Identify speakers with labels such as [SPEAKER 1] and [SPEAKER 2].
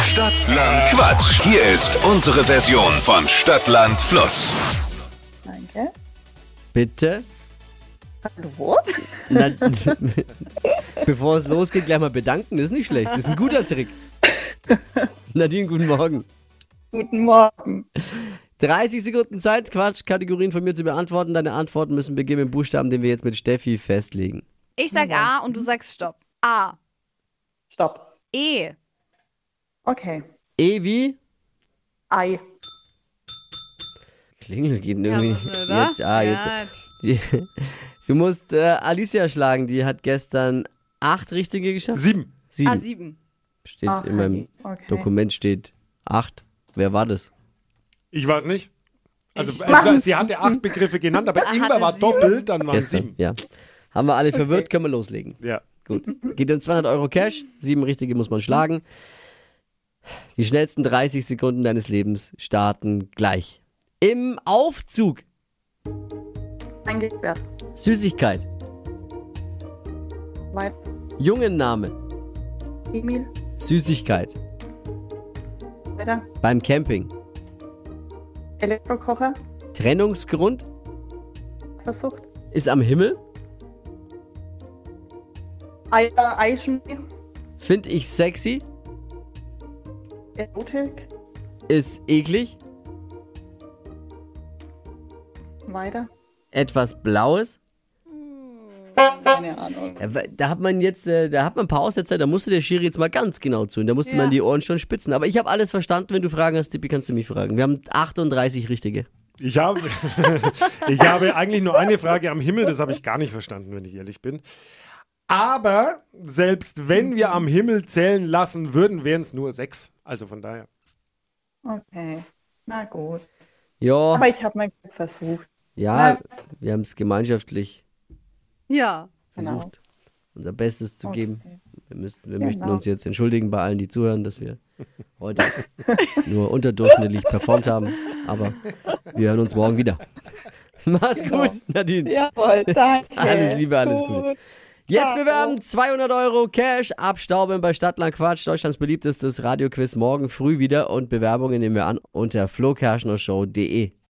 [SPEAKER 1] Stadtland Quatsch. Hier ist unsere Version von Stadtland Fluss.
[SPEAKER 2] Danke.
[SPEAKER 3] Bitte?
[SPEAKER 2] Hallo?
[SPEAKER 3] Na, bevor es losgeht, gleich mal bedanken. Ist nicht schlecht. Ist ein guter Trick. Nadine, guten Morgen.
[SPEAKER 2] Guten Morgen.
[SPEAKER 3] 30 Sekunden Zeit, Quatsch, Kategorien von mir zu beantworten. Deine Antworten müssen beginnen mit Buchstaben, den wir jetzt mit Steffi festlegen.
[SPEAKER 4] Ich sag A und du
[SPEAKER 3] Mhm.
[SPEAKER 4] sagst Stopp. A.
[SPEAKER 2] Stopp.
[SPEAKER 4] E.
[SPEAKER 2] Okay.
[SPEAKER 3] E wie?
[SPEAKER 2] Ei.
[SPEAKER 3] Klingel geht
[SPEAKER 4] Ja,
[SPEAKER 3] irgendwie.
[SPEAKER 4] was, oder?
[SPEAKER 3] jetzt, ah, jetzt.
[SPEAKER 4] Ja,
[SPEAKER 3] Die, du musst äh, Alicia schlagen, die hat gestern acht richtige geschafft.
[SPEAKER 5] Sieben.
[SPEAKER 3] Sieben.
[SPEAKER 4] A7.
[SPEAKER 3] steht
[SPEAKER 4] Ah,
[SPEAKER 2] Ach,
[SPEAKER 3] in meinem
[SPEAKER 2] okay.
[SPEAKER 3] Dokument steht acht. Wer war das?
[SPEAKER 5] Ich weiß nicht. Also,
[SPEAKER 4] Ich-
[SPEAKER 5] also sie hatte acht Begriffe genannt, aber
[SPEAKER 4] Er
[SPEAKER 5] irgendwer
[SPEAKER 4] hatte
[SPEAKER 5] war
[SPEAKER 4] sieben.
[SPEAKER 5] doppelt, dann waren
[SPEAKER 3] Gestern.
[SPEAKER 5] sieben.
[SPEAKER 3] Ja. Haben wir alle verwirrt, können wir loslegen.
[SPEAKER 5] Ja.
[SPEAKER 3] Gut. Geht um 200 Euro Cash, sieben richtige muss man schlagen. Die schnellsten 30 Sekunden deines Lebens starten gleich. Im Aufzug.
[SPEAKER 2] Eingesperrt.
[SPEAKER 3] Süßigkeit.
[SPEAKER 2] Leib.
[SPEAKER 3] Jungenname.
[SPEAKER 2] Emil.
[SPEAKER 3] Süßigkeit.
[SPEAKER 2] Weiter.
[SPEAKER 3] Beim Camping.
[SPEAKER 2] Elektrokocher.
[SPEAKER 3] Trennungsgrund
[SPEAKER 2] Versucht.
[SPEAKER 3] ist am Himmel.
[SPEAKER 2] Eier. äh, Eischnee.
[SPEAKER 3] Find ich sexy.
[SPEAKER 2] Äh, Erotik.
[SPEAKER 3] Ist eklig.
[SPEAKER 2] Weiter.
[SPEAKER 3] Etwas Blaues.
[SPEAKER 2] Keine Ahnung.
[SPEAKER 3] Ja, wa- Da hat man jetzt, äh, da hat man ein paar Aussetzer, da musste der Schiri jetzt mal ganz genau zuhören. Da musste
[SPEAKER 4] Ja.
[SPEAKER 3] man die Ohren schon spitzen. Aber ich habe alles verstanden. Wenn du Fragen hast, Tippi, kannst du mich fragen. Wir haben 38 richtige.
[SPEAKER 5] Ich habe, ich habe eigentlich nur eine Frage am Himmel, das habe ich gar nicht verstanden, wenn ich ehrlich bin. Aber selbst wenn wir am Himmel zählen lassen würden, wären es nur sechs. Also von daher.
[SPEAKER 2] Okay. Na gut.
[SPEAKER 3] Ja,
[SPEAKER 2] Aber ich habe mein Glück versucht.
[SPEAKER 3] ja, wir haben es gemeinschaftlich
[SPEAKER 4] Ja.
[SPEAKER 2] Genau.
[SPEAKER 3] versucht, unser Bestes zu
[SPEAKER 2] Okay.
[SPEAKER 3] geben. Wir, müssten, wir
[SPEAKER 2] Genau.
[SPEAKER 3] möchten uns jetzt entschuldigen bei allen, die zuhören, dass wir heute nur unterdurchschnittlich performt haben. Aber wir hören uns morgen wieder. Mach's
[SPEAKER 2] Genau.
[SPEAKER 3] gut, Nadine.
[SPEAKER 2] Jawohl, danke.
[SPEAKER 3] Alles Liebe, alles Gute. Jetzt
[SPEAKER 2] Ciao.
[SPEAKER 3] bewerben 200 Euro Cash, abstauben bei Stadtland Quatsch, Deutschlands beliebtestes Radioquiz morgen früh wieder und Bewerbungen nehmen wir an unter flokerschnershow.de.